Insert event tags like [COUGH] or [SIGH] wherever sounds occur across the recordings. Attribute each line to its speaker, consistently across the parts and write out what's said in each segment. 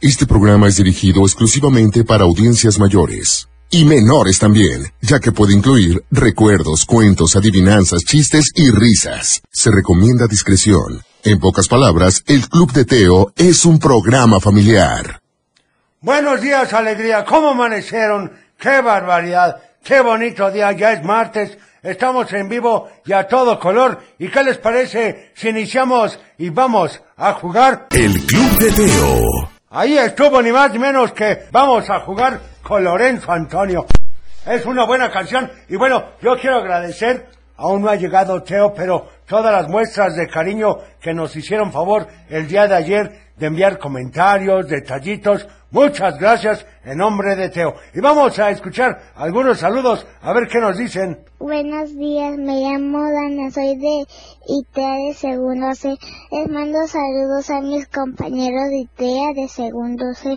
Speaker 1: Este programa es dirigido exclusivamente para audiencias mayores. Y menores también, ya que puede incluir recuerdos, cuentos, adivinanzas, chistes y risas. Se recomienda discreción. En pocas palabras, el Club de Teo es un programa familiar.
Speaker 2: Buenos días, alegría. ¿Cómo amanecieron? ¡Qué barbaridad! ¡Qué bonito día! Ya es martes. Estamos en vivo y a todo color. ¿Y qué les parece si iniciamos y vamos a jugar?
Speaker 3: El Club de Teo.
Speaker 2: Ahí estuvo ni más ni menos que vamos a jugar con Lorenzo Antonio. Es una buena canción y bueno, yo quiero agradecer, aún no ha llegado Teo, pero todas las muestras de cariño que nos hicieron favor el día de ayer de enviar comentarios, detallitos. Muchas gracias en nombre de Teo. Y vamos a escuchar algunos saludos a ver qué nos dicen.
Speaker 4: Buenos días, me llamo Dana, soy de ITEA de segundo C. Les mando saludos a mis compañeros de ITEA de segundo C.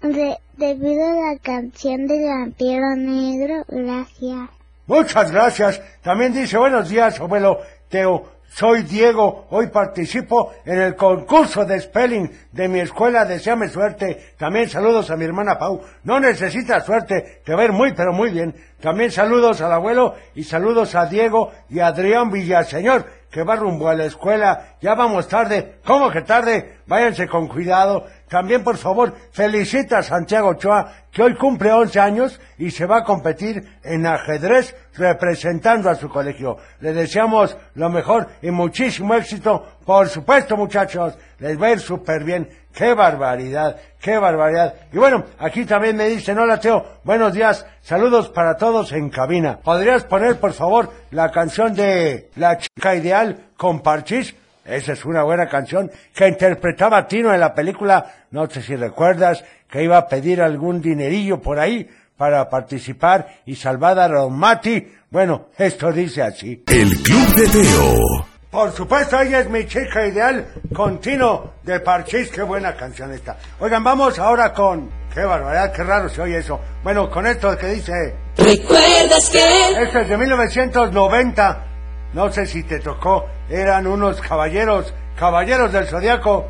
Speaker 4: De- debido a la canción del vampiro negro, gracias.
Speaker 2: Muchas gracias. También dice, buenos días, abuelo Teo. Soy Diego, hoy participo en el concurso de spelling de mi escuela, deseame suerte. También saludos a mi hermana Pau. No necesitas suerte, te va a ir muy pero muy bien. También saludos al abuelo y saludos a Diego y a Adrián Villaseñor, que va rumbo a la escuela. Ya vamos tarde. ¿Cómo que tarde? Váyanse con cuidado. También, por favor, felicita a Santiago Ochoa, que hoy cumple 11 años y se va a competir en ajedrez representando a su colegio. Le deseamos lo mejor y muchísimo éxito. Por supuesto, muchachos, les va a ir súper bien. ¡Qué barbaridad! ¡Qué barbaridad! Y bueno, aquí también me dicen, hola Teo, buenos días, saludos para todos en cabina. ¿Podrías poner, por favor, la canción de La chica ideal con Parchís? Esa es una buena canción que interpretaba Tino en la película, no sé si recuerdas, que iba a pedir algún dinerillo por ahí para participar y salvar a Don Mati. Bueno, esto dice así.
Speaker 3: El Club de Teo.
Speaker 2: Por supuesto, ella es mi chica ideal, con Tino de Parchís, qué buena canción esta. Oigan, vamos ahora con... Qué barbaridad, qué raro se oye eso. Bueno, con esto que dice...
Speaker 5: ¿Recuerdas que?
Speaker 2: Este es de 1990. No sé si te tocó. Eran unos caballeros, caballeros del zodiaco.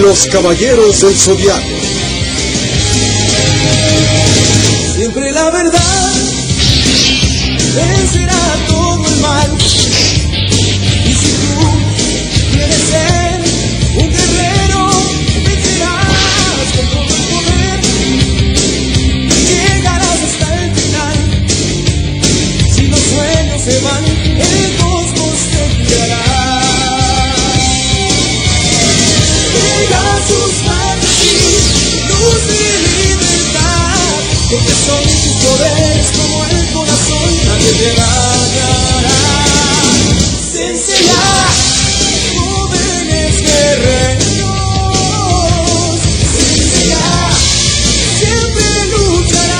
Speaker 6: Los Caballeros del Zodiaco.
Speaker 5: Siempre la verdad vencerá todo el mal. Y si tú quieres ser un guerrero, vencerás con todo el poder. Llegarás hasta el final. Si los sueños se van, el cosmos te guiará. Pegasus para ti, luz y libertad, porque son tus poderes como el corazón, nadie te dañará. Sencilla, jóvenes guerreros, sencilla, siempre lucharán.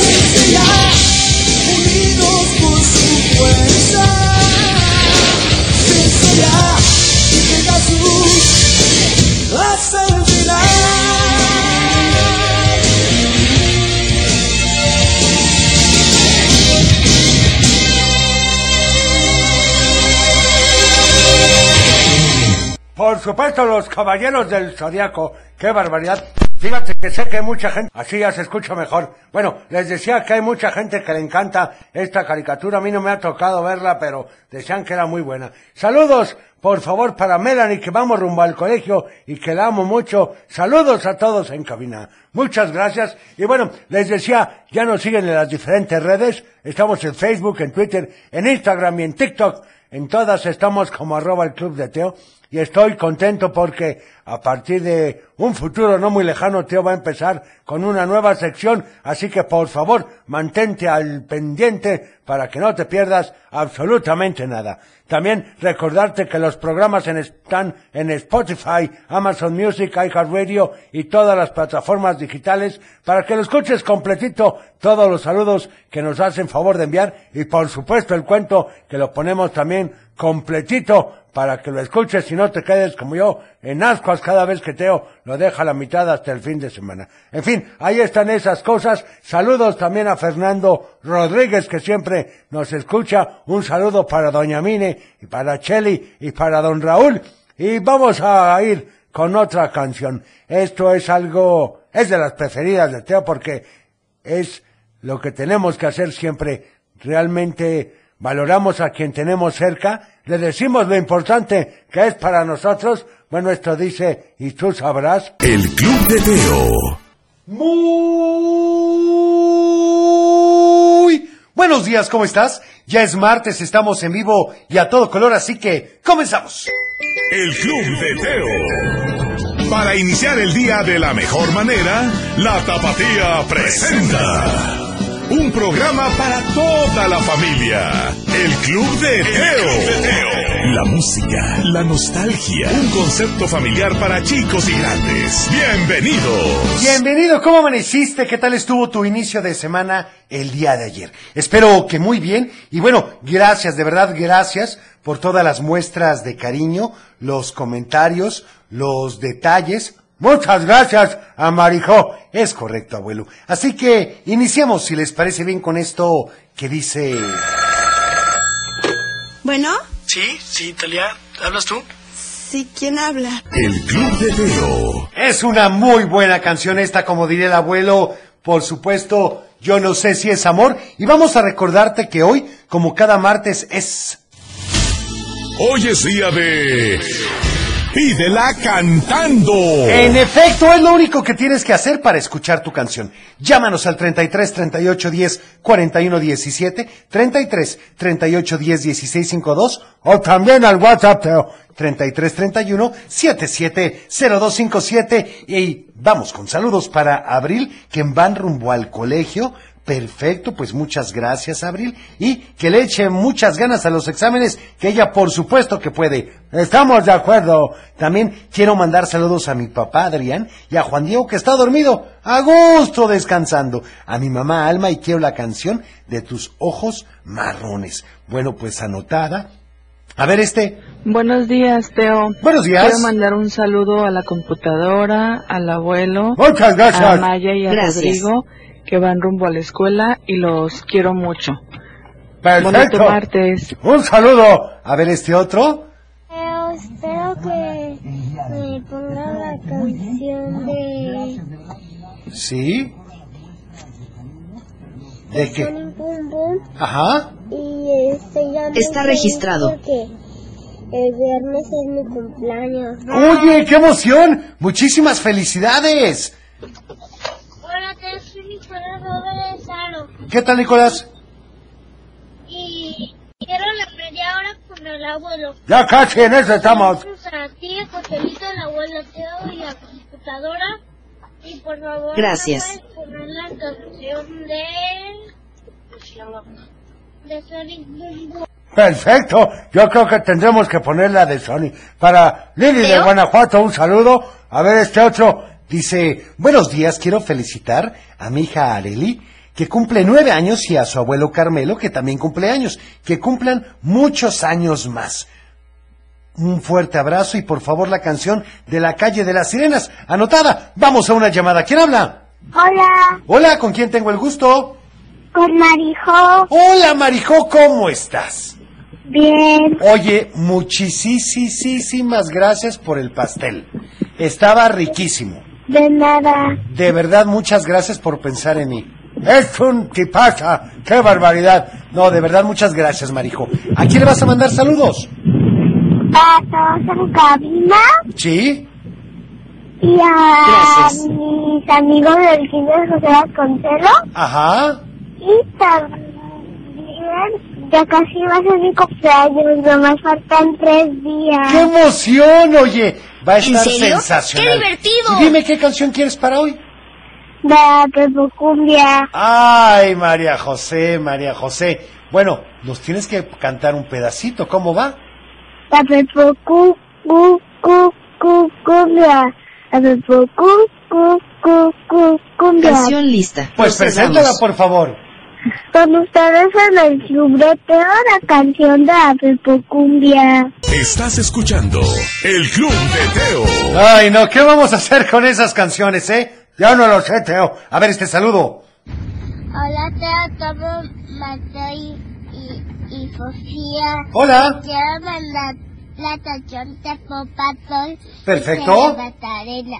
Speaker 5: Sencilla, unidos por su fuerza. Vencerá y Pegasus hasta el final.
Speaker 2: Por supuesto, los caballeros del zodiaco. ¡Qué barbaridad! Fíjate que sé que hay mucha gente, así ya se escucha mejor. Bueno, les decía que hay mucha gente que le encanta esta caricatura. A mí no me ha tocado verla, pero decían que era muy buena. Saludos, por favor, para Melanie, que vamos rumbo al colegio y que la amo mucho. Saludos a todos en cabina. Muchas gracias. Y bueno, les decía, ya nos siguen en las diferentes redes. Estamos en Facebook, en Twitter, en Instagram y en TikTok. En todas estamos como arroba el club de Teo y estoy contento porque a partir de un futuro no muy lejano Teo va a empezar con una nueva sección, así que por favor mantente al pendiente para que no te pierdas absolutamente nada. También recordarte que los programas en- están en Spotify, Amazon Music, iHeartRadio y todas las plataformas digitales para que lo escuches completito todos los saludos que nos hacen favor de enviar y por supuesto el cuento que lo ponemos también completito
Speaker 7: para que lo escuches y no te quedes como yo en ascuas cada vez que Teo lo deja a la mitad hasta el fin de semana. En fin, ahí están esas cosas. Saludos también a Fernando Rodríguez que siempre nos escucha. Un saludo para Doña Mine y para Cheli y para Don Raúl. Y vamos a ir con otra canción. Esto es algo, es de las preferidas de Teo porque es lo que tenemos que hacer siempre. Realmente valoramos a quien tenemos cerca, le decimos lo importante que es para nosotros. Bueno, esto dice, y tú sabrás.
Speaker 8: El Club de Teo.
Speaker 2: Muy buenos días, ¿cómo estás? Ya es martes, estamos en vivo y a todo color, así que comenzamos.
Speaker 8: El Club de Teo. Para iniciar el día de la mejor manera, la Tapatía presenta. Un programa para toda la familia. El Club de Teo. La música, la nostalgia. Un concepto familiar para chicos y grandes. Bienvenidos.
Speaker 2: Bienvenido, ¿cómo amaneciste? ¿Qué tal estuvo tu inicio de semana el día de ayer? Espero que muy bien. Y bueno, gracias, de verdad, gracias por todas las muestras de cariño, los comentarios, los detalles.
Speaker 7: Muchas gracias a Marijó.
Speaker 2: Es correcto, abuelo. Así que iniciamos, si les parece bien, con esto que dice...
Speaker 9: Bueno,
Speaker 10: Sí, sí, Talia, ¿hablas tú?
Speaker 9: sí, ¿quién habla?
Speaker 8: El Club de Teo.
Speaker 2: Es una muy buena canción esta, como diría el abuelo. Por supuesto, yo no sé si es amor. Y vamos a recordarte que hoy, como cada martes, es
Speaker 8: Hoy es día de. Pídela cantando.
Speaker 2: En efecto, es lo único que tienes que hacer para escuchar tu canción. Llámanos al 33 38 10 41 17, 33 38 10 16 52 o también al WhatsApp Teo, 33 31 77 02 57 y vamos con saludos para Abril, que van rumbo al colegio. Perfecto, pues muchas gracias, Abril, y que le eche muchas ganas a los exámenes, que ella por supuesto que puede.
Speaker 7: Estamos de acuerdo.
Speaker 2: También quiero mandar saludos a mi papá Adrián y a Juan Diego que está dormido, a gusto descansando, a mi mamá Alma y quiero la canción de tus ojos marrones. Bueno, pues anotada. A ver este.
Speaker 11: Buenos días, Teo.
Speaker 2: Buenos días.
Speaker 11: Quiero mandar un saludo a la computadora, al abuelo,
Speaker 7: Muchas
Speaker 11: a
Speaker 7: gracias.
Speaker 11: Maya y a
Speaker 9: Gracias.
Speaker 11: Rodrigo, que van rumbo a la escuela y los quiero mucho. Bonito
Speaker 7: Perfecto.
Speaker 11: martes.
Speaker 2: Un saludo. A ver este otro.
Speaker 5: Pero espero que me ponga la canción de
Speaker 2: Sí. ¿De qué?
Speaker 5: Sonic Boom Boom
Speaker 2: Ajá.
Speaker 5: y este ya me
Speaker 9: Está
Speaker 5: habían
Speaker 9: registrado.
Speaker 5: dicho que el viernes es mi cumpleaños.
Speaker 2: Oye, qué emoción. Muchísimas felicidades.
Speaker 5: Hola, te soy Nicolás Robert Saro
Speaker 2: ¿Qué tal, Nicolás?
Speaker 5: y quiero la media hora con el abuelo.
Speaker 7: Ya casi en eso estamos.
Speaker 5: Saludos a ti, a Joselito, al abuelo Teo y a la computadora. Y por favor,
Speaker 9: Gracias.
Speaker 5: ¿no puedes poner la canción de... de Sonic Boom Boom.
Speaker 7: Perfecto. Yo creo que tendremos que poner la de Sony. Para Lili de
Speaker 9: ¿Teo?
Speaker 7: Guanajuato, un saludo.
Speaker 2: A ver, este otro dice, buenos días, quiero felicitar a mi hija Areli, que cumple nueve años, y a su abuelo Carmelo, que también cumple años, que cumplan muchos años más. Un fuerte abrazo y por favor la canción de la calle de las sirenas, anotada. Vamos a una llamada. ¿Quién habla?
Speaker 5: Hola,
Speaker 2: Hola, ¿con quién tengo el gusto?
Speaker 5: con Marijo.
Speaker 2: Hola, Marijó, ¿cómo estás?
Speaker 5: Bien.
Speaker 2: Oye, muchísimas gracias por el pastel. Estaba riquísimo.
Speaker 5: De nada.
Speaker 2: De verdad, muchas gracias por pensar en mí.
Speaker 7: Es un tipaza. Qué barbaridad.
Speaker 2: No, de verdad, muchas gracias, Marijo. ¿A quién le vas a mandar saludos?
Speaker 5: A todos Ah, en cabina
Speaker 2: ¿Sí?
Speaker 5: y a
Speaker 9: Gracias.
Speaker 5: mis amigos del kinder José Vasconcelo.
Speaker 2: Ajá.
Speaker 5: Y también, ya casi va a ser mi cumpleaños, nomás faltan tres días.
Speaker 2: ¡Qué emoción, oye! Va a
Speaker 9: Ah. ¿En
Speaker 2: estar
Speaker 9: serio?
Speaker 2: sensacional.
Speaker 9: ¡Qué divertido!
Speaker 2: Y dime qué canción quieres para hoy.
Speaker 5: De la Pepucumbia.
Speaker 2: Ay, María José, María José. Bueno, nos tienes que cantar un pedacito. ¿Cómo va?
Speaker 5: La Pepucu, cu, cu, cu, cumbia. La Pepucu, cu, cu, cu, cumbia.
Speaker 9: Canción lista.
Speaker 2: Pues
Speaker 9: Procedamos.
Speaker 2: preséntala, por favor.
Speaker 4: Con ustedes en el chubreteo, la canción de Apipocumbia.
Speaker 8: Estás escuchando el Club de Teo.
Speaker 2: Ay, no, ¿qué vamos a hacer con esas canciones, eh? Ya no lo sé, Teo. A ver, este saludo.
Speaker 4: Hola, Teo, tomo Mateo y, y Sofía.
Speaker 2: Hola.
Speaker 4: Quiero mandar la canción de Popatón.
Speaker 2: Perfecto.
Speaker 4: Matarena.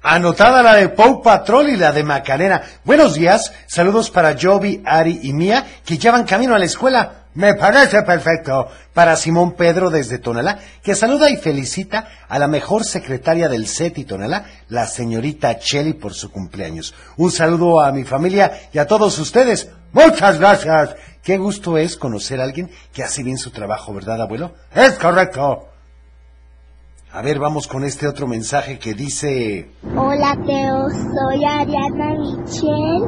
Speaker 2: Anotada la de Pou Patrol y la de Macarena. Buenos días, saludos para Jovi, Ari y Mía, que ya van camino a la escuela. Me parece perfecto. Para Simón Pedro desde Tonalá, que saluda y felicita a la mejor secretaria del SETI Tonalá, la señorita Cheli, por su cumpleaños. Un saludo a mi familia y a todos ustedes. Muchas gracias. Qué gusto es conocer a alguien que hace bien su trabajo, ¿verdad, abuelo? Es correcto. A ver, vamos con este otro mensaje que dice...
Speaker 4: Hola, Teo, soy Ariana Michel.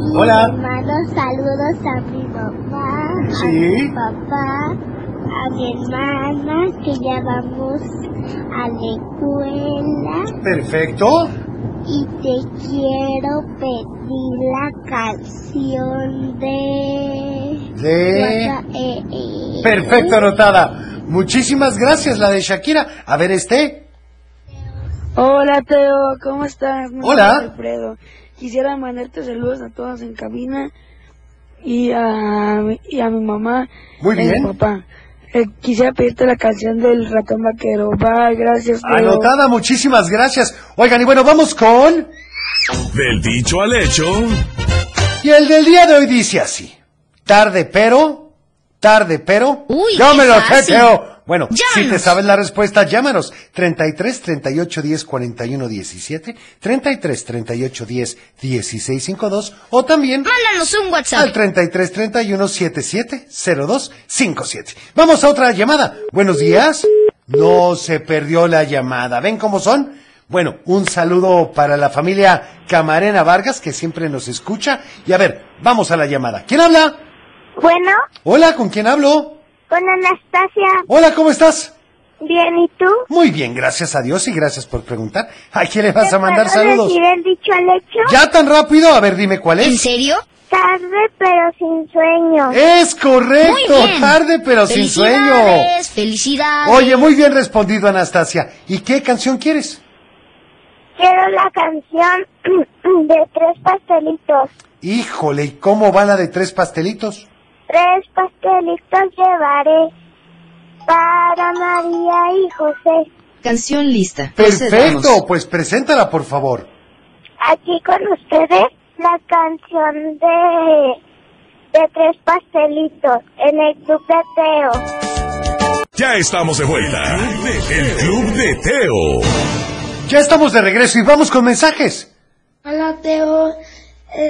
Speaker 4: Y
Speaker 2: Hola.
Speaker 4: le mando saludos a mi mamá, a
Speaker 2: Sí.
Speaker 4: mi papá, a mi hermana, que ya vamos a la escuela.
Speaker 2: Perfecto.
Speaker 4: Y te quiero pedir la canción de...
Speaker 2: De...
Speaker 4: Eh, eh,
Speaker 2: Perfecto, anotada. Muchísimas gracias, la de Shakira. A ver, este.
Speaker 11: Hola Teo, ¿cómo estás? Mi
Speaker 2: Hola.
Speaker 11: nombre es Alfredo. Quisiera mandarte saludos a todos en cabina y a, mi- y a mi mamá
Speaker 2: Muy
Speaker 11: y a mi
Speaker 2: bien.
Speaker 11: papá. Eh, quisiera pedirte la canción del ratón vaquero. Bye, gracias Teo.
Speaker 2: Anotada, muchísimas gracias. Oigan, y bueno, vamos con...
Speaker 8: Del dicho al hecho,
Speaker 2: Y el del día de hoy dice así. Tarde pero, tarde pero.
Speaker 12: Uy,
Speaker 2: yo me
Speaker 12: qué
Speaker 2: lo sé,
Speaker 12: fácil.
Speaker 2: Teo. Bueno, si
Speaker 12: Llámanos.
Speaker 2: te sabes la respuesta, llámanos. 33 38 10 41 17, 33 38 10 16 52 o también
Speaker 13: Mándanos un WhatsApp.
Speaker 2: al 33 31 77 02 57. Vamos a otra llamada. Buenos días. No se perdió la llamada. ¿Ven cómo son? Bueno, un saludo para la familia Camarena Vargas que siempre nos escucha. Y a ver, vamos a la llamada. ¿Quién habla?
Speaker 4: Bueno,
Speaker 2: Hola, ¿con quién hablo?
Speaker 4: con Anastasia.
Speaker 2: Hola, ¿cómo estás?
Speaker 4: Bien, ¿y tú?
Speaker 2: Muy bien, gracias a Dios y gracias por preguntar. ¿A quién le vas a mandar
Speaker 4: ¿Puedo
Speaker 2: saludos?
Speaker 4: decir el dicho al hecho?
Speaker 2: ¿Ya tan rápido? A ver, dime cuál es.
Speaker 13: serio?
Speaker 4: Tarde pero sin sueño.
Speaker 2: Es correcto,
Speaker 13: Muy bien.
Speaker 2: tarde pero sin sueño.
Speaker 13: Felicidades, Felicidades.
Speaker 2: Oye, muy bien respondido, Anastasia. ¿Y qué canción quieres?
Speaker 4: Quiero la canción [CLEARS THROAT] de tres pastelitos.
Speaker 2: Híjole, ¿y cómo va la de tres pastelitos?
Speaker 4: Tres pastelitos llevaré para María y José.
Speaker 13: Canción lista.
Speaker 2: Perfecto, pues preséntala, por favor.
Speaker 4: Aquí con ustedes la canción de, de tres pastelitos en el club de Teo.
Speaker 8: ya estamos de vuelta. El Club de Teo.
Speaker 2: Ya estamos de regreso y vamos con mensajes.
Speaker 5: Hola Teo,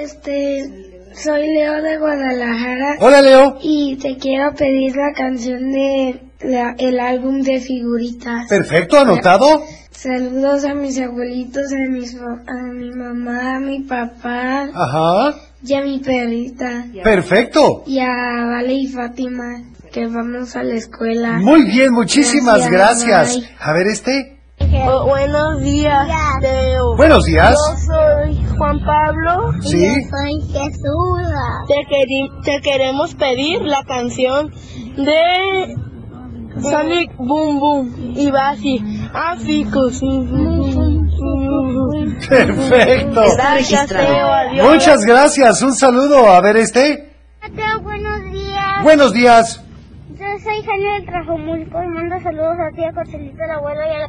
Speaker 5: este, soy Leo de Guadalajara.
Speaker 2: Hola, Leo.
Speaker 5: Y te quiero pedir la canción de la- el álbum de figuritas.
Speaker 2: Perfecto, anotado.
Speaker 5: Saludos a mis abuelitos, a, mis, fa- a mi mamá, a mi papá
Speaker 2: Ajá.
Speaker 5: y a mi perrita.
Speaker 2: Perfecto.
Speaker 5: Y a Vale y Fátima, que vamos a la escuela.
Speaker 2: Muy bien, muchísimas
Speaker 5: Gracias,
Speaker 2: gracias. A ver este.
Speaker 5: buenos días, Teo.
Speaker 2: Buenos días.
Speaker 5: Yo soy Juan Pablo.
Speaker 2: Sí. Y yo
Speaker 5: soy Jesús. Te, queri- te queremos pedir la canción de Sonic Boom Boom y Basi. Áficos.
Speaker 2: [LAUGHS] Perfecto.
Speaker 5: Gracias, Teo. Adiós.
Speaker 2: Muchas gracias. Un saludo. A ver este.
Speaker 4: Teo, buenos días.
Speaker 2: Buenos días.
Speaker 4: Yo soy Jania del Trajomulco y mando saludos a ti, a Corcelito, al abuelo y a la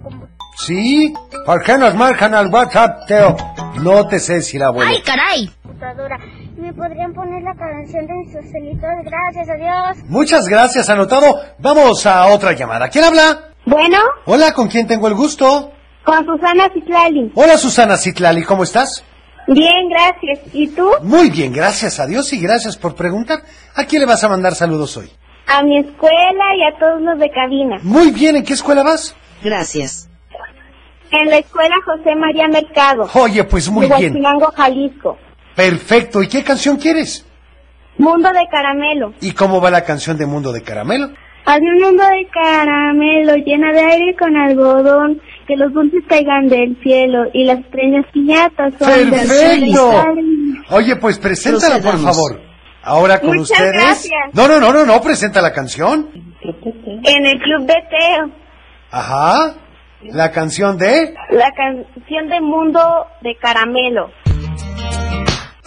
Speaker 2: ¿Sí? ¿Por qué nos marcan al WhatsApp, Teo? No te sé si la abuela.
Speaker 13: caray!
Speaker 4: computadora. ¿Me podrían poner la canción de mis pastelitos? Gracias, adiós.
Speaker 2: Muchas gracias, anotado. Vamos a otra llamada. ¿Quién habla?
Speaker 4: Bueno,
Speaker 2: Hola, ¿con quién tengo el gusto?
Speaker 4: con Susana Citlali.
Speaker 2: Hola, Susana Citlali, ¿cómo estás?
Speaker 4: Bien, gracias. ¿Y tú?
Speaker 2: Muy bien, gracias a Dios y gracias por preguntar. ¿A quién le vas a mandar saludos hoy?
Speaker 4: A mi escuela y a todos los de cabina.
Speaker 2: Muy bien, ¿en qué escuela vas?
Speaker 13: Gracias.
Speaker 4: En la escuela José María Mercado.
Speaker 2: Oye, pues muy
Speaker 4: de
Speaker 2: bien.
Speaker 4: Huachinango, Jalisco.
Speaker 2: Perfecto, ¿y qué canción quieres?
Speaker 4: Mundo de caramelo.
Speaker 2: ¿Y cómo va la canción de Mundo de Caramelo?
Speaker 4: Hazme un mundo de caramelo llena de aire con algodón. Que los dulces caigan del cielo y las estrellas piñatas son del
Speaker 2: ¡Perfecto! Oye, pues preséntala, por
Speaker 5: Procedamos.
Speaker 2: favor. Ahora con
Speaker 5: Muchas
Speaker 2: ustedes.
Speaker 5: gracias.
Speaker 2: No, no, no, no, no, presenta la canción.
Speaker 5: En el club de Teo,
Speaker 2: Ajá. La canción de.
Speaker 5: la canción de Mundo de Caramelo.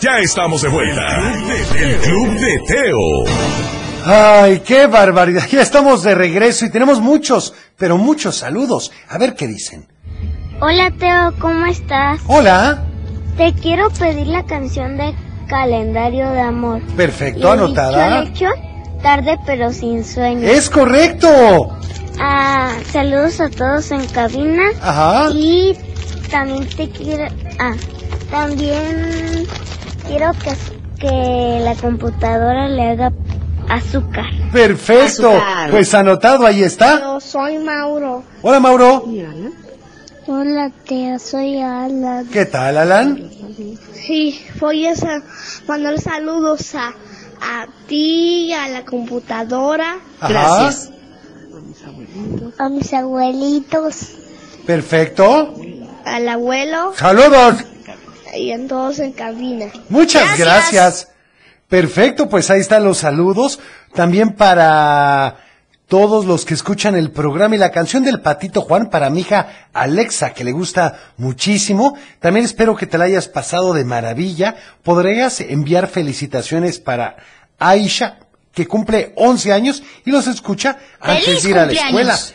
Speaker 8: Ya estamos de vuelta. El Club de Teo.
Speaker 2: Ay, qué barbaridad. Ya estamos de regreso y tenemos muchos, pero muchos saludos. A ver qué dicen.
Speaker 4: Hola Teo, ¿cómo estás?
Speaker 2: Hola.
Speaker 4: Te quiero pedir la canción de Calendario de Amor.
Speaker 2: Perfecto, anotada. ¿Eh?
Speaker 4: Y dicho al hecho, tarde pero sin sueño.
Speaker 2: Es correcto.
Speaker 4: Ah, saludos a todos en cabina.
Speaker 2: Ajá.
Speaker 4: Y también te quiero. Ah, también quiero que, que la computadora le haga azúcar.
Speaker 2: Perfecto.
Speaker 4: Azúcar.
Speaker 2: Pues anotado, ahí está.
Speaker 4: soy Mauro.
Speaker 2: Hola, Mauro.
Speaker 4: Hola, Teo, soy Alan.
Speaker 2: ¿Qué tal, Alan?
Speaker 4: Sí, voy a sa- mandar saludos a, a ti, a la computadora.
Speaker 2: Ajá. Gracias.
Speaker 4: A mis abuelitos,
Speaker 2: Perfecto.
Speaker 4: al abuelo
Speaker 2: Saludos.
Speaker 4: y a todos en cabina.
Speaker 2: Muchas gracias. Perfecto, pues ahí están los saludos. También para todos los que escuchan el programa y la canción del Patito Juan para mi hija Alexa, que le gusta muchísimo. También espero que te la hayas pasado de maravilla. Podrías enviar felicitaciones para Aisha, que cumple 11 años y los escucha antes de ir a la escuela.
Speaker 14: cumpleaños!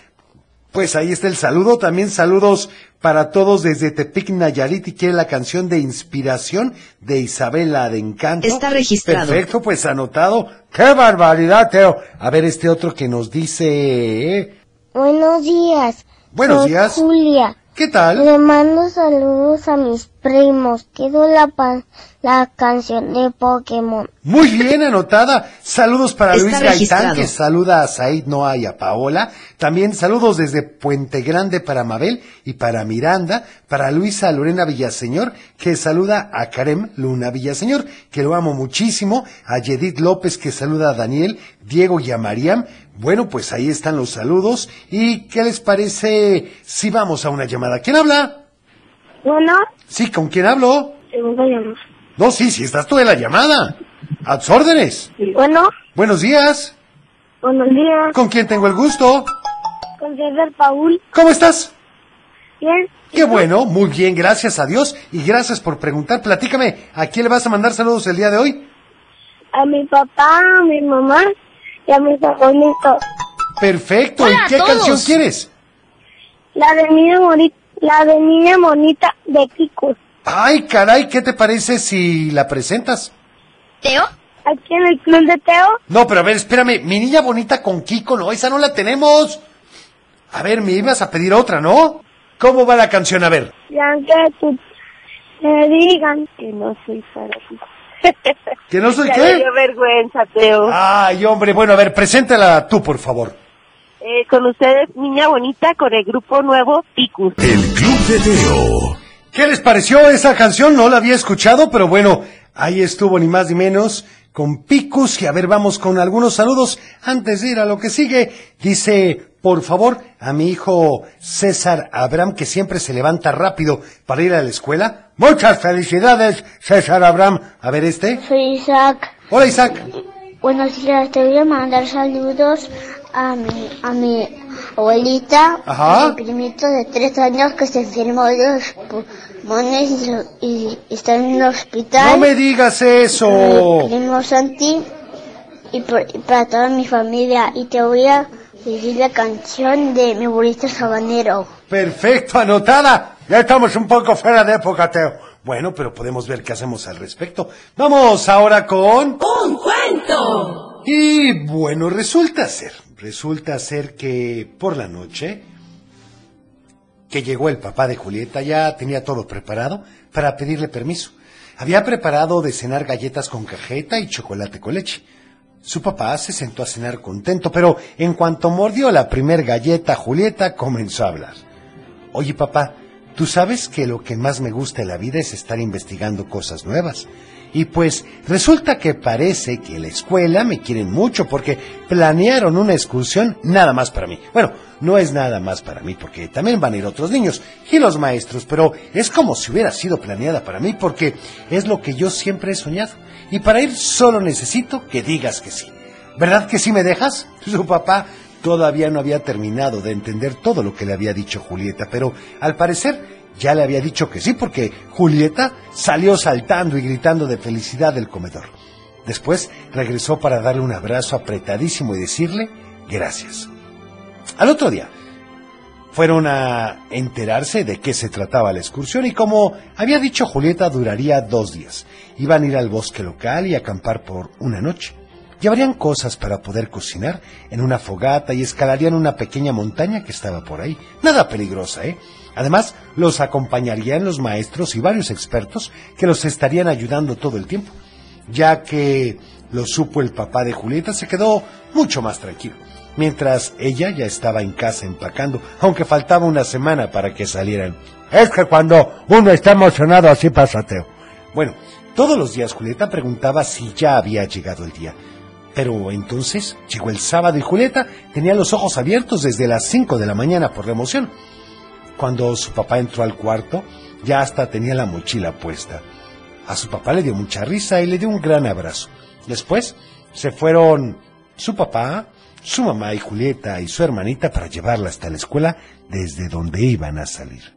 Speaker 2: Pues ahí está el saludo. También saludos para todos desde Tepic Nayarit y quiere la canción de inspiración de Isabela de Encanto.
Speaker 15: Está registrado.
Speaker 2: Perfecto, pues anotado. ¡Qué barbaridad, Teo! A ver este otro que nos dice...
Speaker 4: Buenos días.
Speaker 2: Buenos
Speaker 4: Soy
Speaker 2: días.
Speaker 4: Julia.
Speaker 2: ¿Qué tal?
Speaker 4: Le mando saludos a mis primos. Quiero la, pa- la canción de Pokémon.
Speaker 2: Muy bien anotada. Saludos para
Speaker 4: Está
Speaker 2: Luis Gaitán,
Speaker 4: registrado.
Speaker 2: que saluda a Said Noah y a Paola. También saludos desde Puente Grande para Mabel y para Miranda. Para Luisa Lorena Villaseñor, que saluda a Karem Luna Villaseñor, que lo amo muchísimo. A Yedith López, que saluda a Daniel, Diego y a Mariam. Bueno, pues ahí están los saludos. ¿Y qué les parece si vamos a una llamada? ¿Quién habla?
Speaker 4: Bueno,
Speaker 2: Sí, ¿con quién hablo?
Speaker 4: segunda llamada.
Speaker 2: No, sí, sí, estás tú en la llamada. A tus órdenes.
Speaker 4: Bueno,
Speaker 2: Buenos días.
Speaker 4: buenos días.
Speaker 2: ¿Con quién tengo el gusto?
Speaker 4: Con César Paul.
Speaker 2: ¿Cómo estás?
Speaker 4: Bien.
Speaker 2: Qué bueno, muy bien, gracias a Dios y gracias por preguntar. Platícame, ¿a quién le vas a mandar saludos el día de hoy?
Speaker 4: A mi papá, a mi mamá y a mis abuelitos.
Speaker 2: Perfecto,
Speaker 4: Hola a
Speaker 2: ¿y qué
Speaker 4: todos.
Speaker 2: canción quieres?
Speaker 4: La de niña bonita, la de niña bonita de Kiko.
Speaker 2: Ay, caray, ¿qué te parece si la presentas?
Speaker 4: ¿Teo? Aquí en el club de Teo.
Speaker 2: No, pero a ver, espérame, mi niña bonita con Kiko, no, esa no la tenemos. A ver, me ibas a pedir otra, ¿no? ¿Cómo va la canción? A ver.
Speaker 4: Ya que tú te digan que no soy para ti.
Speaker 2: ¿Que no soy
Speaker 16: Ya
Speaker 2: qué? Ah.
Speaker 16: me dio vergüenza, Teo.
Speaker 2: Ay, hombre, bueno, a ver, preséntala tú, por favor.
Speaker 16: Eh, con ustedes, Niña Bonita, con el grupo nuevo Picus.
Speaker 8: Club de Teo.
Speaker 2: ¿Qué les pareció esa canción? No la había escuchado, pero bueno, ahí estuvo ni más ni menos con Picus. Y a ver, vamos con algunos saludos antes de ir a lo que sigue. Dice, por favor, a mi hijo César Abraham, que siempre se levanta rápido para ir a la escuela. Muchas felicidades, César Abraham. A ver este.
Speaker 4: Soy Isaac.
Speaker 2: Hola, Isaac.
Speaker 4: Buenos días, te voy a mandar saludos a mi, a mi abuelita,
Speaker 2: Ajá.
Speaker 4: a mi primito de tres años que se enfermó de los pulmones y, lo- y está en el hospital.
Speaker 2: No me digas
Speaker 4: Mi
Speaker 2: eso.
Speaker 4: primo Santi y, por- y para toda mi familia. Y te voy a pedir la canción de mi abuelito sabanero.
Speaker 2: Perfecto, anotada. Ya estamos un poco fuera de época, Teo. Bueno, pero podemos ver qué hacemos al respecto. Vamos ahora con... ¡Un cuento! Y bueno, resulta ser, resulta ser que por la noche, que llegó el papá de Julieta, ya tenía todo preparado para pedirle permiso. Había preparado de cenar galletas con cajeta y chocolate con leche. Su papá se sentó a cenar contento, pero en cuanto mordió la primer galleta, Julieta comenzó a hablar. Oye papá, tú sabes que lo que más me gusta en la vida es estar investigando cosas nuevas. Y pues resulta que parece que la escuela me quieren mucho porque planearon una excursión nada más para mí. Bueno, no es nada más para mí porque también van a ir otros niños y los maestros, pero es como si hubiera sido planeada para mí porque es lo que yo siempre he soñado. Y para ir solo necesito que digas que sí. ¿Verdad que sí me dejas? [LAUGHS] Su papá todavía no había terminado de entender todo lo que le había dicho Julieta, pero al parecer ya le había dicho que sí porque Julieta salió saltando y gritando de felicidad del comedor. Después regresó para darle un abrazo apretadísimo y decirle gracias. Al otro día fueron a enterarse de qué se trataba la excursión y como había dicho Julieta duraría dos días. Iban a ir al bosque local y acampar por una noche. Llevarían cosas para poder cocinar en una fogata y escalarían una pequeña montaña que estaba por ahí. Nada peligrosa, ¿eh? Además, los acompañarían los maestros y varios expertos que los estarían ayudando todo el tiempo. Ya que lo supo el papá de Julieta, se quedó mucho más tranquilo. Mientras ella ya estaba en casa empacando, aunque faltaba una semana para que salieran.
Speaker 7: Es que cuando uno está emocionado así pasa, Teo.
Speaker 2: Bueno, todos los días Julieta preguntaba si ya había llegado el día. Pero entonces llegó el sábado y Julieta tenía los ojos abiertos desde las 5 de la mañana por la emoción. Cuando su papá entró al cuarto, ya hasta tenía la mochila puesta. A su papá le dio mucha risa y le dio un gran abrazo. Después se fueron su papá, su mamá y Julieta y su hermanita para llevarla hasta la escuela desde donde iban a salir.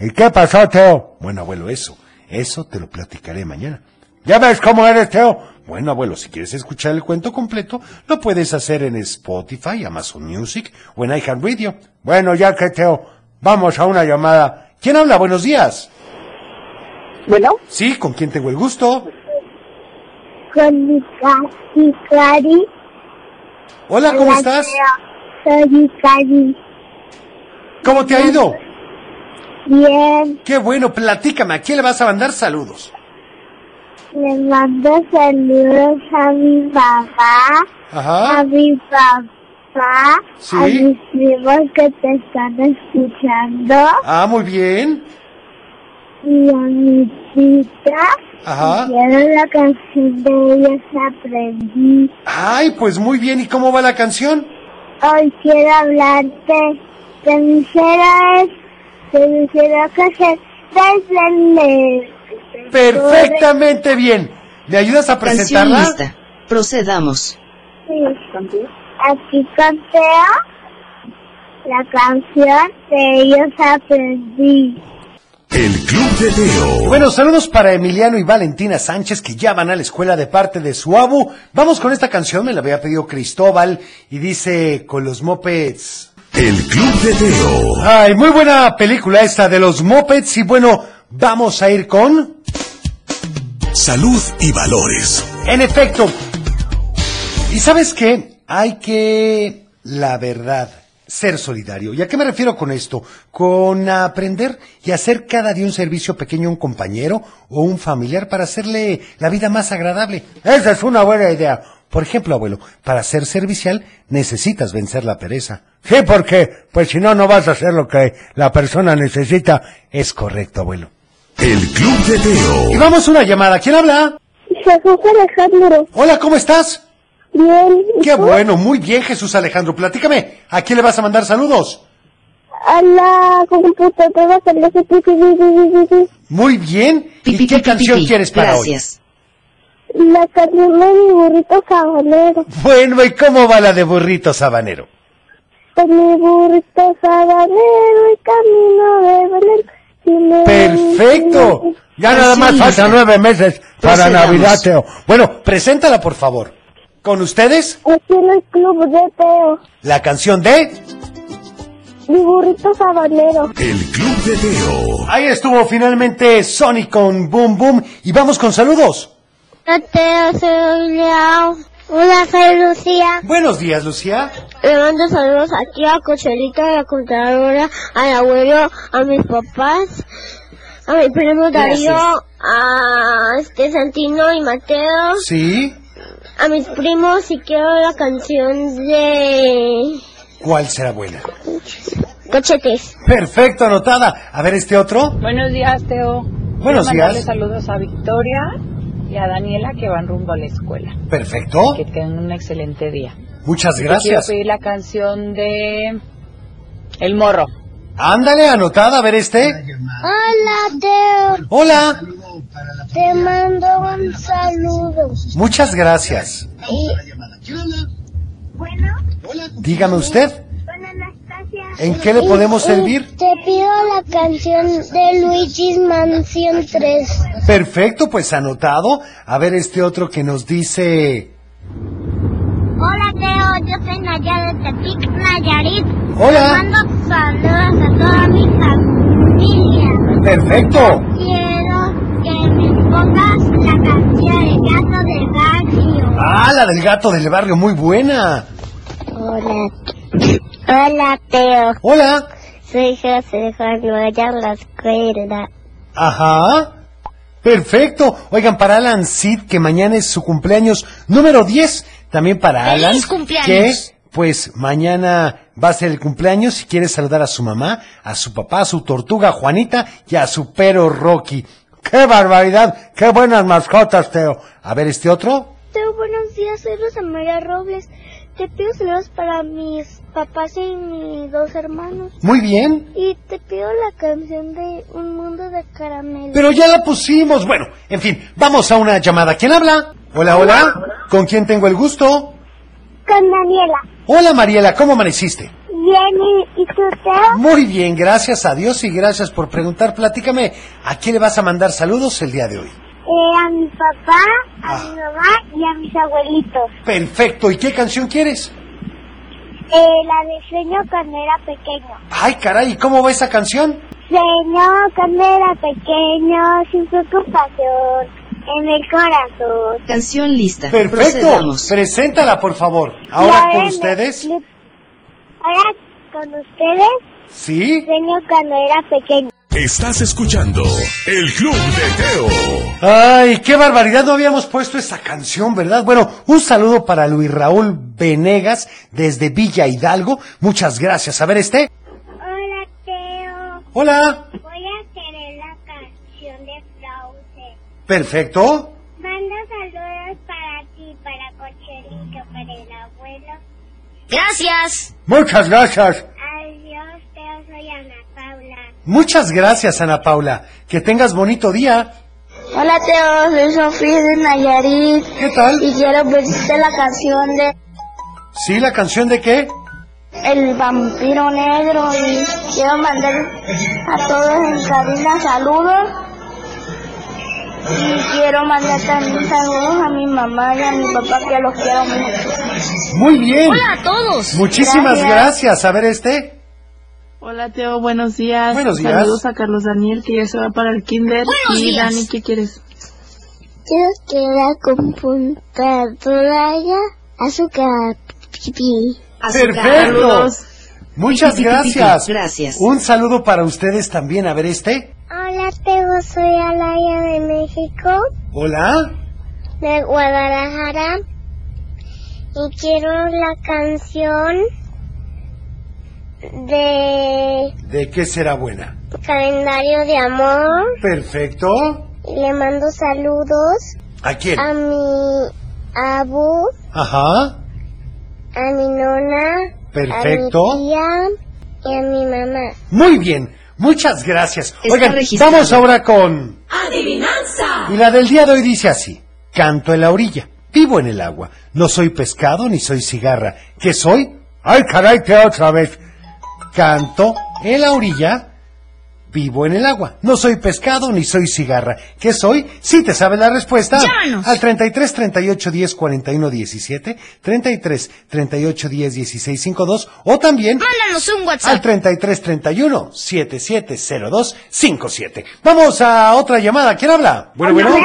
Speaker 7: ¿Y qué pasó, Teo?
Speaker 2: Bueno, abuelo, eso, eso te lo platicaré mañana.
Speaker 7: ¿Ya ves cómo eres, Teo?
Speaker 2: Bueno, abuelo, si quieres escuchar el cuento completo, lo puedes hacer en Spotify, Amazon Music o en iHeartRadio.
Speaker 7: Bueno, ya que Teo, vamos a una llamada.
Speaker 2: ¿Quién habla? Buenos días.
Speaker 4: Bueno.
Speaker 2: Sí, ¿con quién tengo el gusto?
Speaker 4: Con Cari.
Speaker 2: Hola, ¿cómo Hola, estás?
Speaker 4: Teo. Soy Cari.
Speaker 2: ¿Cómo te ha ido?
Speaker 4: Bien.
Speaker 2: Qué bueno, platícame, ¿a quién le vas a mandar saludos?
Speaker 4: Le mando saludos a mi papá,
Speaker 2: Ajá.
Speaker 4: a mi papá,
Speaker 2: Sí.
Speaker 4: a mis primos que te están escuchando,
Speaker 2: Ah, muy bien.
Speaker 4: y a mi tita.
Speaker 2: Ajá.
Speaker 4: Quiero la canción de ellos aprendí.
Speaker 2: Ay, pues muy bien. ¿Y cómo va la canción?
Speaker 4: Hoy quiero hablarte de mis héroes, de mis héroes que se desvelen.
Speaker 2: Perfectamente bien. ¿Me ayudas a
Speaker 17: Canción
Speaker 2: presentarla?
Speaker 17: lista. Procedamos.
Speaker 4: Sí. Aquí conteo la canción de ellos aprendí.
Speaker 8: El Club de Teo.
Speaker 2: Bueno, saludos para Emiliano y Valentina Sánchez que ya van a la escuela de parte de su abu. Vamos con esta canción, me la había pedido Cristóbal y dice con los mopeds.
Speaker 8: El Club de Teo.
Speaker 2: Ay, muy buena película esta de los mopeds y bueno, vamos a ir con...
Speaker 8: Salud y valores.
Speaker 2: En efecto. ¿Y sabes qué? Hay que, la verdad, ser solidario. ¿Y a qué me refiero con esto? Con aprender y hacer cada día un servicio pequeño a un compañero o un familiar para hacerle la vida más agradable. Esa es una buena idea. Por ejemplo, abuelo, para ser servicial necesitas vencer la pereza.
Speaker 7: Sí, porque pues si no, no vas a hacer lo que la persona necesita.
Speaker 2: Es correcto, abuelo.
Speaker 8: El Club de
Speaker 2: Y
Speaker 8: Teo.
Speaker 2: vamos a una llamada. ¿Quién habla?
Speaker 4: Jesús Alejandro,
Speaker 2: Hola, ¿cómo estás?
Speaker 4: bien. ¿y
Speaker 2: Qué
Speaker 4: tú?
Speaker 2: bueno, muy bien, Jesús Alejandro. Platícame, ¿a quién le vas a mandar saludos?
Speaker 4: A la computadora que le hace pi, pi, pi, pi, pi,
Speaker 2: Muy bien.
Speaker 17: Pi,
Speaker 2: ¿Y
Speaker 17: pi,
Speaker 2: qué
Speaker 17: pi, pi,
Speaker 2: canción
Speaker 17: pi.
Speaker 2: quieres para hoy?
Speaker 17: Gracias.
Speaker 4: pi. La canción de mi burrito sabanero.
Speaker 2: Bueno, ¿y cómo va la de burrito sabanero?
Speaker 4: Con mi burrito sabanero y camino de Belén. Si me-
Speaker 2: Perfecto.
Speaker 7: Ya nada más
Speaker 17: Canción
Speaker 7: faltan
Speaker 17: lista.
Speaker 7: nueve meses para
Speaker 17: Procedamos.
Speaker 7: Navidad, Teo.
Speaker 2: Bueno, preséntala por favor. Con ustedes,
Speaker 4: Aquí en el club de Teo.
Speaker 2: la canción de...
Speaker 4: Mi burrito sabanero.
Speaker 8: El Club de Teo.
Speaker 2: Ahí estuvo finalmente Sonic con Boom Boom. Y vamos con saludos.
Speaker 5: Hola, Teo, soy Leo. Hola, soy Lucía.
Speaker 2: Buenos días, Lucía.
Speaker 5: Le mando saludos aquí a Cochelita, a la contadora, al abuelo, a mis papás, a mi primo Darío,
Speaker 17: Gracias.
Speaker 5: a este Santino y Mateo,
Speaker 2: Sí.
Speaker 5: a mis primos y quiero la canción de
Speaker 2: ¿Cuál será buena?
Speaker 5: Cochetes.
Speaker 2: Perfecto, anotada. A ver este otro.
Speaker 18: Buenos días, Teo.
Speaker 2: Buenos
Speaker 18: Quiero mandarle
Speaker 2: días.
Speaker 18: saludos a Victoria y y a Daniela que van rumbo a la escuela.
Speaker 2: Perfecto.
Speaker 18: Que tengan un excelente día.
Speaker 2: Muchas
Speaker 18: Te
Speaker 2: gracias.
Speaker 18: Quiero pedir la canción de El Morro.
Speaker 2: Ándale, anotada, a ver este.
Speaker 4: Hola, Teo.
Speaker 2: Hola.
Speaker 4: Te mando un saludo.
Speaker 2: Muchas gracias.
Speaker 4: Bueno,
Speaker 2: Dígame usted, ¿en qué le
Speaker 4: y-
Speaker 2: podemos
Speaker 4: y
Speaker 2: servir?
Speaker 4: Te pido la canción de Luigi's Mansion 3.
Speaker 2: Perfecto, pues anotado. A ver este otro que nos dice...
Speaker 4: Hola Teo, yo soy Nayar de Tepic, Nayarit.
Speaker 2: Hola.
Speaker 4: Te mando saludos a toda mi familia.
Speaker 2: Perfecto.
Speaker 4: Quiero que me pongas la canción de gato del barrio.
Speaker 2: Ah, la del gato del barrio, muy buena.
Speaker 4: Hola. Hola Teo.
Speaker 2: Hola.
Speaker 4: Soy José Juan Nayar la escuela.
Speaker 2: Ajá. Perfecto. Oigan, para Alan Sid, que mañana es su cumpleaños número 10. También para
Speaker 19: ¡Feliz
Speaker 2: Alan,
Speaker 19: cumpleaños!
Speaker 2: que pues mañana va a ser el cumpleaños. Si quiere saludar a su mamá, a su papá, a su tortuga Juanita y a su perro Rocky. ¡Qué barbaridad! ¡Qué buenas mascotas, Teo! A ver, este otro.
Speaker 20: Teo, buenos días, soy Rosa María Robles. Te pido saludos para mis papás y mis dos hermanos.
Speaker 2: Muy bien.
Speaker 20: Y te pido la canción de Un Mundo de Caramelo.
Speaker 2: Pero ya la pusimos. Bueno, en fin, vamos a una llamada. ¿Quién habla? Hola, hola. ¿Con quién tengo el gusto?
Speaker 4: Con Daniela.
Speaker 2: Hola, Mariela. ¿Cómo amaneciste?
Speaker 4: Bien, ¿y, y tú Teo?
Speaker 2: Muy bien, gracias a Dios y gracias por preguntar. Platícame, ¿a quién le vas a mandar saludos el día de hoy?
Speaker 4: Eh, a mi papá, a
Speaker 2: Ah.
Speaker 4: mi mamá y a mis abuelitos.
Speaker 2: Perfecto, ¿y qué canción quieres?
Speaker 4: Eh, la de sueño cuando era pequeño.
Speaker 2: Ay, caray, ¿y ¿cómo va esa canción?
Speaker 4: Sueño cuando era pequeño, sin preocupación, en el corazón.
Speaker 17: Canción lista.
Speaker 2: Perfecto,
Speaker 17: Procedamos.
Speaker 2: preséntala por favor. Ahora
Speaker 4: La
Speaker 2: con
Speaker 4: de-
Speaker 2: ustedes.
Speaker 4: Ahora con ustedes,
Speaker 2: ¿Sí?
Speaker 4: sueño cuando era pequeño.
Speaker 8: Estás escuchando El Club de Teo.
Speaker 2: Ay, qué barbaridad, no habíamos puesto esa canción, ¿verdad? Bueno, un saludo para Luis Raúl Venegas desde Villa Hidalgo. Muchas gracias. A ver, este.
Speaker 4: Hola, Teo.
Speaker 2: Hola.
Speaker 4: Voy a querer la canción de Frozen.
Speaker 2: Perfecto.
Speaker 4: Mando saludos para ti, para Cochelito, para el abuelo.
Speaker 19: Gracias.
Speaker 2: Muchas gracias.
Speaker 4: Adiós, Teo, soy Ana Paula.
Speaker 2: Muchas gracias, Ana Paula. Que tengas bonito día.
Speaker 4: Hola, Teo, soy Sofía de Nayarit.
Speaker 2: ¿Qué tal?
Speaker 4: Y quiero pedirte la canción de
Speaker 2: ¿Sí? ¿La canción de qué?
Speaker 4: El vampiro negro y quiero mandar a todos en cabina saludos. Y quiero mandar también saludos a mi mamá y a mi papá que los quiero mucho.
Speaker 2: Muy bien.
Speaker 19: Hola a todos.
Speaker 2: Muchísimas gracias.
Speaker 19: Gracias.
Speaker 2: A ver este.
Speaker 21: Hola Teo, buenos días.
Speaker 2: Buenos días.
Speaker 21: Saludos a Carlos Daniel que ya se va para el kinder.
Speaker 4: Buenos
Speaker 21: y
Speaker 4: días.
Speaker 21: Dani, ¿qué quieres?
Speaker 4: Quiero que la computadora haya azúcar.
Speaker 2: Perfecto.
Speaker 4: Saludos.
Speaker 2: Muchas
Speaker 4: Pi, pi, pi, pi, pi.
Speaker 2: gracias.
Speaker 4: Gracias.
Speaker 2: Un saludo para ustedes también. A ver este.
Speaker 4: Hola, Teo, soy Alaya de México.
Speaker 2: Hola.
Speaker 4: de Guadalajara y quiero la canción de
Speaker 2: ¿De qué será buena?
Speaker 4: calendario de amor
Speaker 2: Perfecto.
Speaker 4: y le mando saludos
Speaker 2: ¿A quién?
Speaker 19: Ah.
Speaker 4: a mi abu,
Speaker 2: Ajá.
Speaker 4: a mi nona,
Speaker 2: Perfecto.
Speaker 4: a mi tía y a mi mamá.
Speaker 2: Muy bien. Muchas gracias.
Speaker 4: Está
Speaker 2: Oigan,
Speaker 4: registrado.
Speaker 2: vamos ahora con
Speaker 19: Adivinanza.
Speaker 2: Y la del día de hoy dice así: Canto en la orilla, vivo en el agua, no soy pescado ni soy cigarra. ¿Qué soy? ¡Ay, caray, que otra vez! Canto en la orilla, vivo en el agua, no soy pescado ni soy cigarra. ¿Qué soy? Si te sabes la respuesta, al 33 38 10 41 17, 33 38 10 16 52, o también
Speaker 19: Mándanos un
Speaker 2: al
Speaker 19: WhatsApp.
Speaker 2: 33 31 7702 57. Vamos a otra llamada. ¿Quién habla? Bueno, bueno.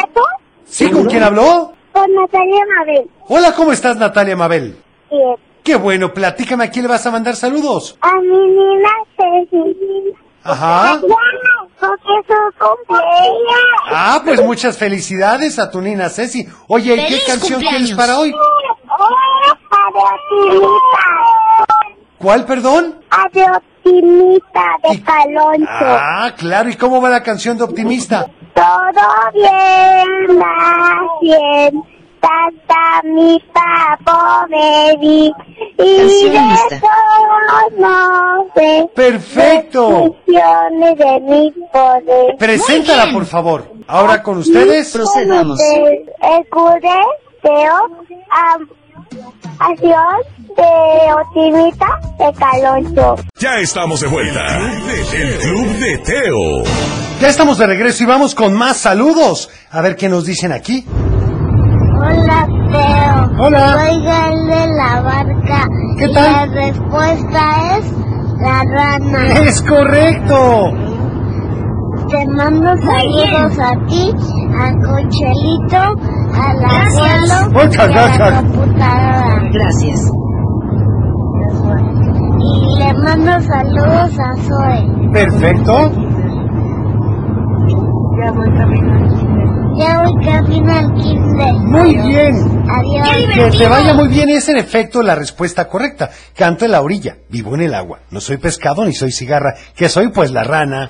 Speaker 2: Sí, ¿con quién habló?
Speaker 4: Con Natalia Mabel.
Speaker 2: Hola, ¿cómo estás, Natalia Mabel?
Speaker 4: Bien.
Speaker 2: Qué bueno, platícame a quién le vas a mandar saludos.
Speaker 4: A mi nina Cecilia.
Speaker 2: Ajá.
Speaker 4: Porque es su cumpleaños.
Speaker 2: Ah, pues muchas felicidades a tu nina Ceci. Oye, ¿y qué
Speaker 4: ¡Feliz
Speaker 2: canción
Speaker 4: cumpleaños!
Speaker 2: tienes para hoy? ¿Cuál, perdón?
Speaker 4: A de Optimita de Caloncho.
Speaker 2: Ah, claro, ¿y cómo va la canción de Optimista?
Speaker 4: Todo bien, más bien. Tata mi papo me di. Y
Speaker 13: Canción
Speaker 4: de
Speaker 13: lista.
Speaker 4: todos no sé.
Speaker 2: Perfecto.
Speaker 4: Bendiciones de mi poder.
Speaker 2: Preséntala, por favor. Ahora con ustedes.
Speaker 4: Escude, Teo, am- Acción, de Otimita, de Caloncho.
Speaker 8: Ya estamos de vuelta. El Club de Teo.
Speaker 2: Ya estamos de regreso y vamos con más saludos. A ver qué nos dicen aquí.
Speaker 4: Hola, Teo.
Speaker 2: Hola.
Speaker 4: Soy Gael de la Barca.
Speaker 2: ¿Qué
Speaker 4: y
Speaker 2: tal?
Speaker 4: la respuesta es la rana.
Speaker 2: Es correcto.
Speaker 4: Te mando saludos a ti, a Cochelito, al
Speaker 13: Gracias.
Speaker 4: abuelo
Speaker 13: Muchas
Speaker 4: y a
Speaker 13: gracias.
Speaker 4: la computadora.
Speaker 17: Gracias.
Speaker 4: Y le mando saludos a Zoe.
Speaker 2: Perfecto.
Speaker 4: Ya voy camino. Ya voy camino al kinder.
Speaker 2: Muy bien.
Speaker 4: Adiós.
Speaker 2: Que te vaya muy bien. Es en efecto la respuesta correcta. Canto en la orilla. Vivo en el agua. No soy pescado ni soy cigarra. Que soy pues la rana.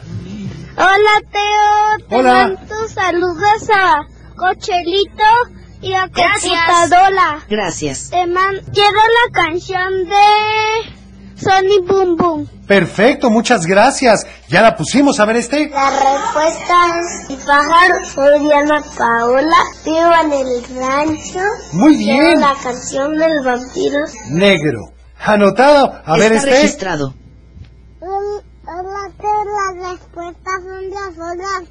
Speaker 20: Hola, Teo. Te
Speaker 2: Hola.
Speaker 20: mando saludos a Cochelito y a
Speaker 17: Gracias.
Speaker 20: Computadora.
Speaker 17: Gracias.
Speaker 20: Te man- quiero la canción de Sony Boom Boom.
Speaker 2: Perfecto. Muchas gracias. Ya la pusimos. A ver este.
Speaker 20: La respuesta es mi pájaro. Soy Diana Paola. Vivo en el rancho.
Speaker 2: Muy bien.
Speaker 20: Quiero la canción del vampiro.
Speaker 2: Negro. Anotado. A ver
Speaker 17: Está
Speaker 2: este.
Speaker 17: registrado.
Speaker 4: Hola, Teo. Las respuestas son las horas.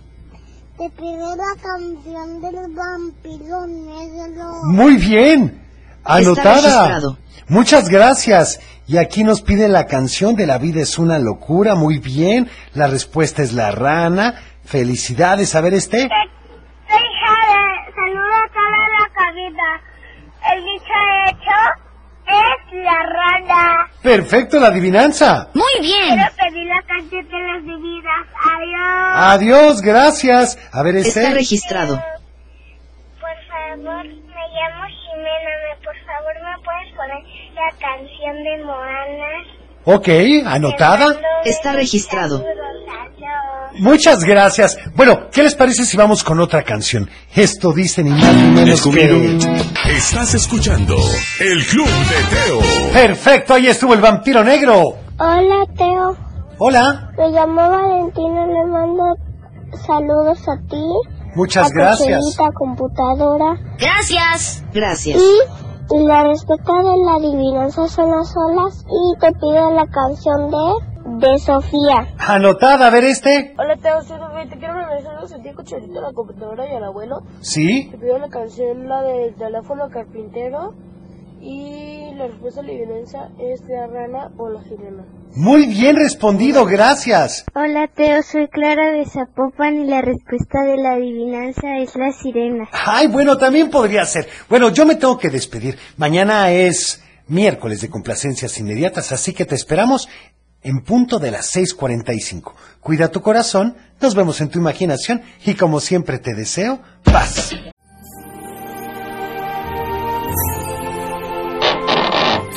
Speaker 4: Te pido la canción del vampiro negro.
Speaker 2: Muy bien. Anotada.
Speaker 17: registrado.
Speaker 2: Muchas gracias. Y aquí nos pide la canción de La vida es una locura. Muy bien. La respuesta es la rana. Felicidades. A ver, este.
Speaker 20: Soy Jade. Saluda a toda la cabina. El dicho hecho es la rana.
Speaker 2: Perfecto, la adivinanza.
Speaker 20: Muy bien. Quiero pedir la canción de las divinas. Adiós.
Speaker 2: Adiós, gracias. A ver, este.
Speaker 17: Está registrado.
Speaker 20: Por favor, me llamo Jimena. ¿me- Por favor, ¿me puedes poner la canción de Moana?
Speaker 2: Ok, anotada.
Speaker 17: Está registrado.
Speaker 2: Muchas gracias. Bueno, ¿qué les parece si vamos con otra canción? Esto dice ni más ni menos que...
Speaker 8: Estás escuchando El Club de Teo.
Speaker 2: Perfecto, ahí estuvo el vampiro negro.
Speaker 20: Hola, Teo.
Speaker 2: Hola,
Speaker 20: Me llamo Valentina. Le mando saludos a ti.
Speaker 2: muchas gracias.
Speaker 20: computadora.
Speaker 19: Gracias.
Speaker 17: Gracias.
Speaker 20: Y, y la respuesta de la adivinanza son las olas. Y te pido la canción de, de Sofía.
Speaker 2: Anotada, a ver este.
Speaker 22: Hola, Teo, soy Rubén. Te quiero mandar saludos a ti, Cochelito, a la computadora y al abuelo.
Speaker 2: Sí,
Speaker 22: Te pido la canción, la del teléfono carpintero. Y la respuesta a la adivinanza es la rana o la jimena.
Speaker 2: muy bien respondido, gracias.
Speaker 20: Hola Teo, soy Clara de Zapopan y la respuesta de la adivinanza es la sirena.
Speaker 2: Ay, bueno, también podría ser. Bueno, yo me tengo que despedir. Mañana es miércoles de complacencias inmediatas, así que te esperamos en punto de las 6.45. Cuida tu corazón, nos vemos en tu imaginación y como siempre te deseo, paz.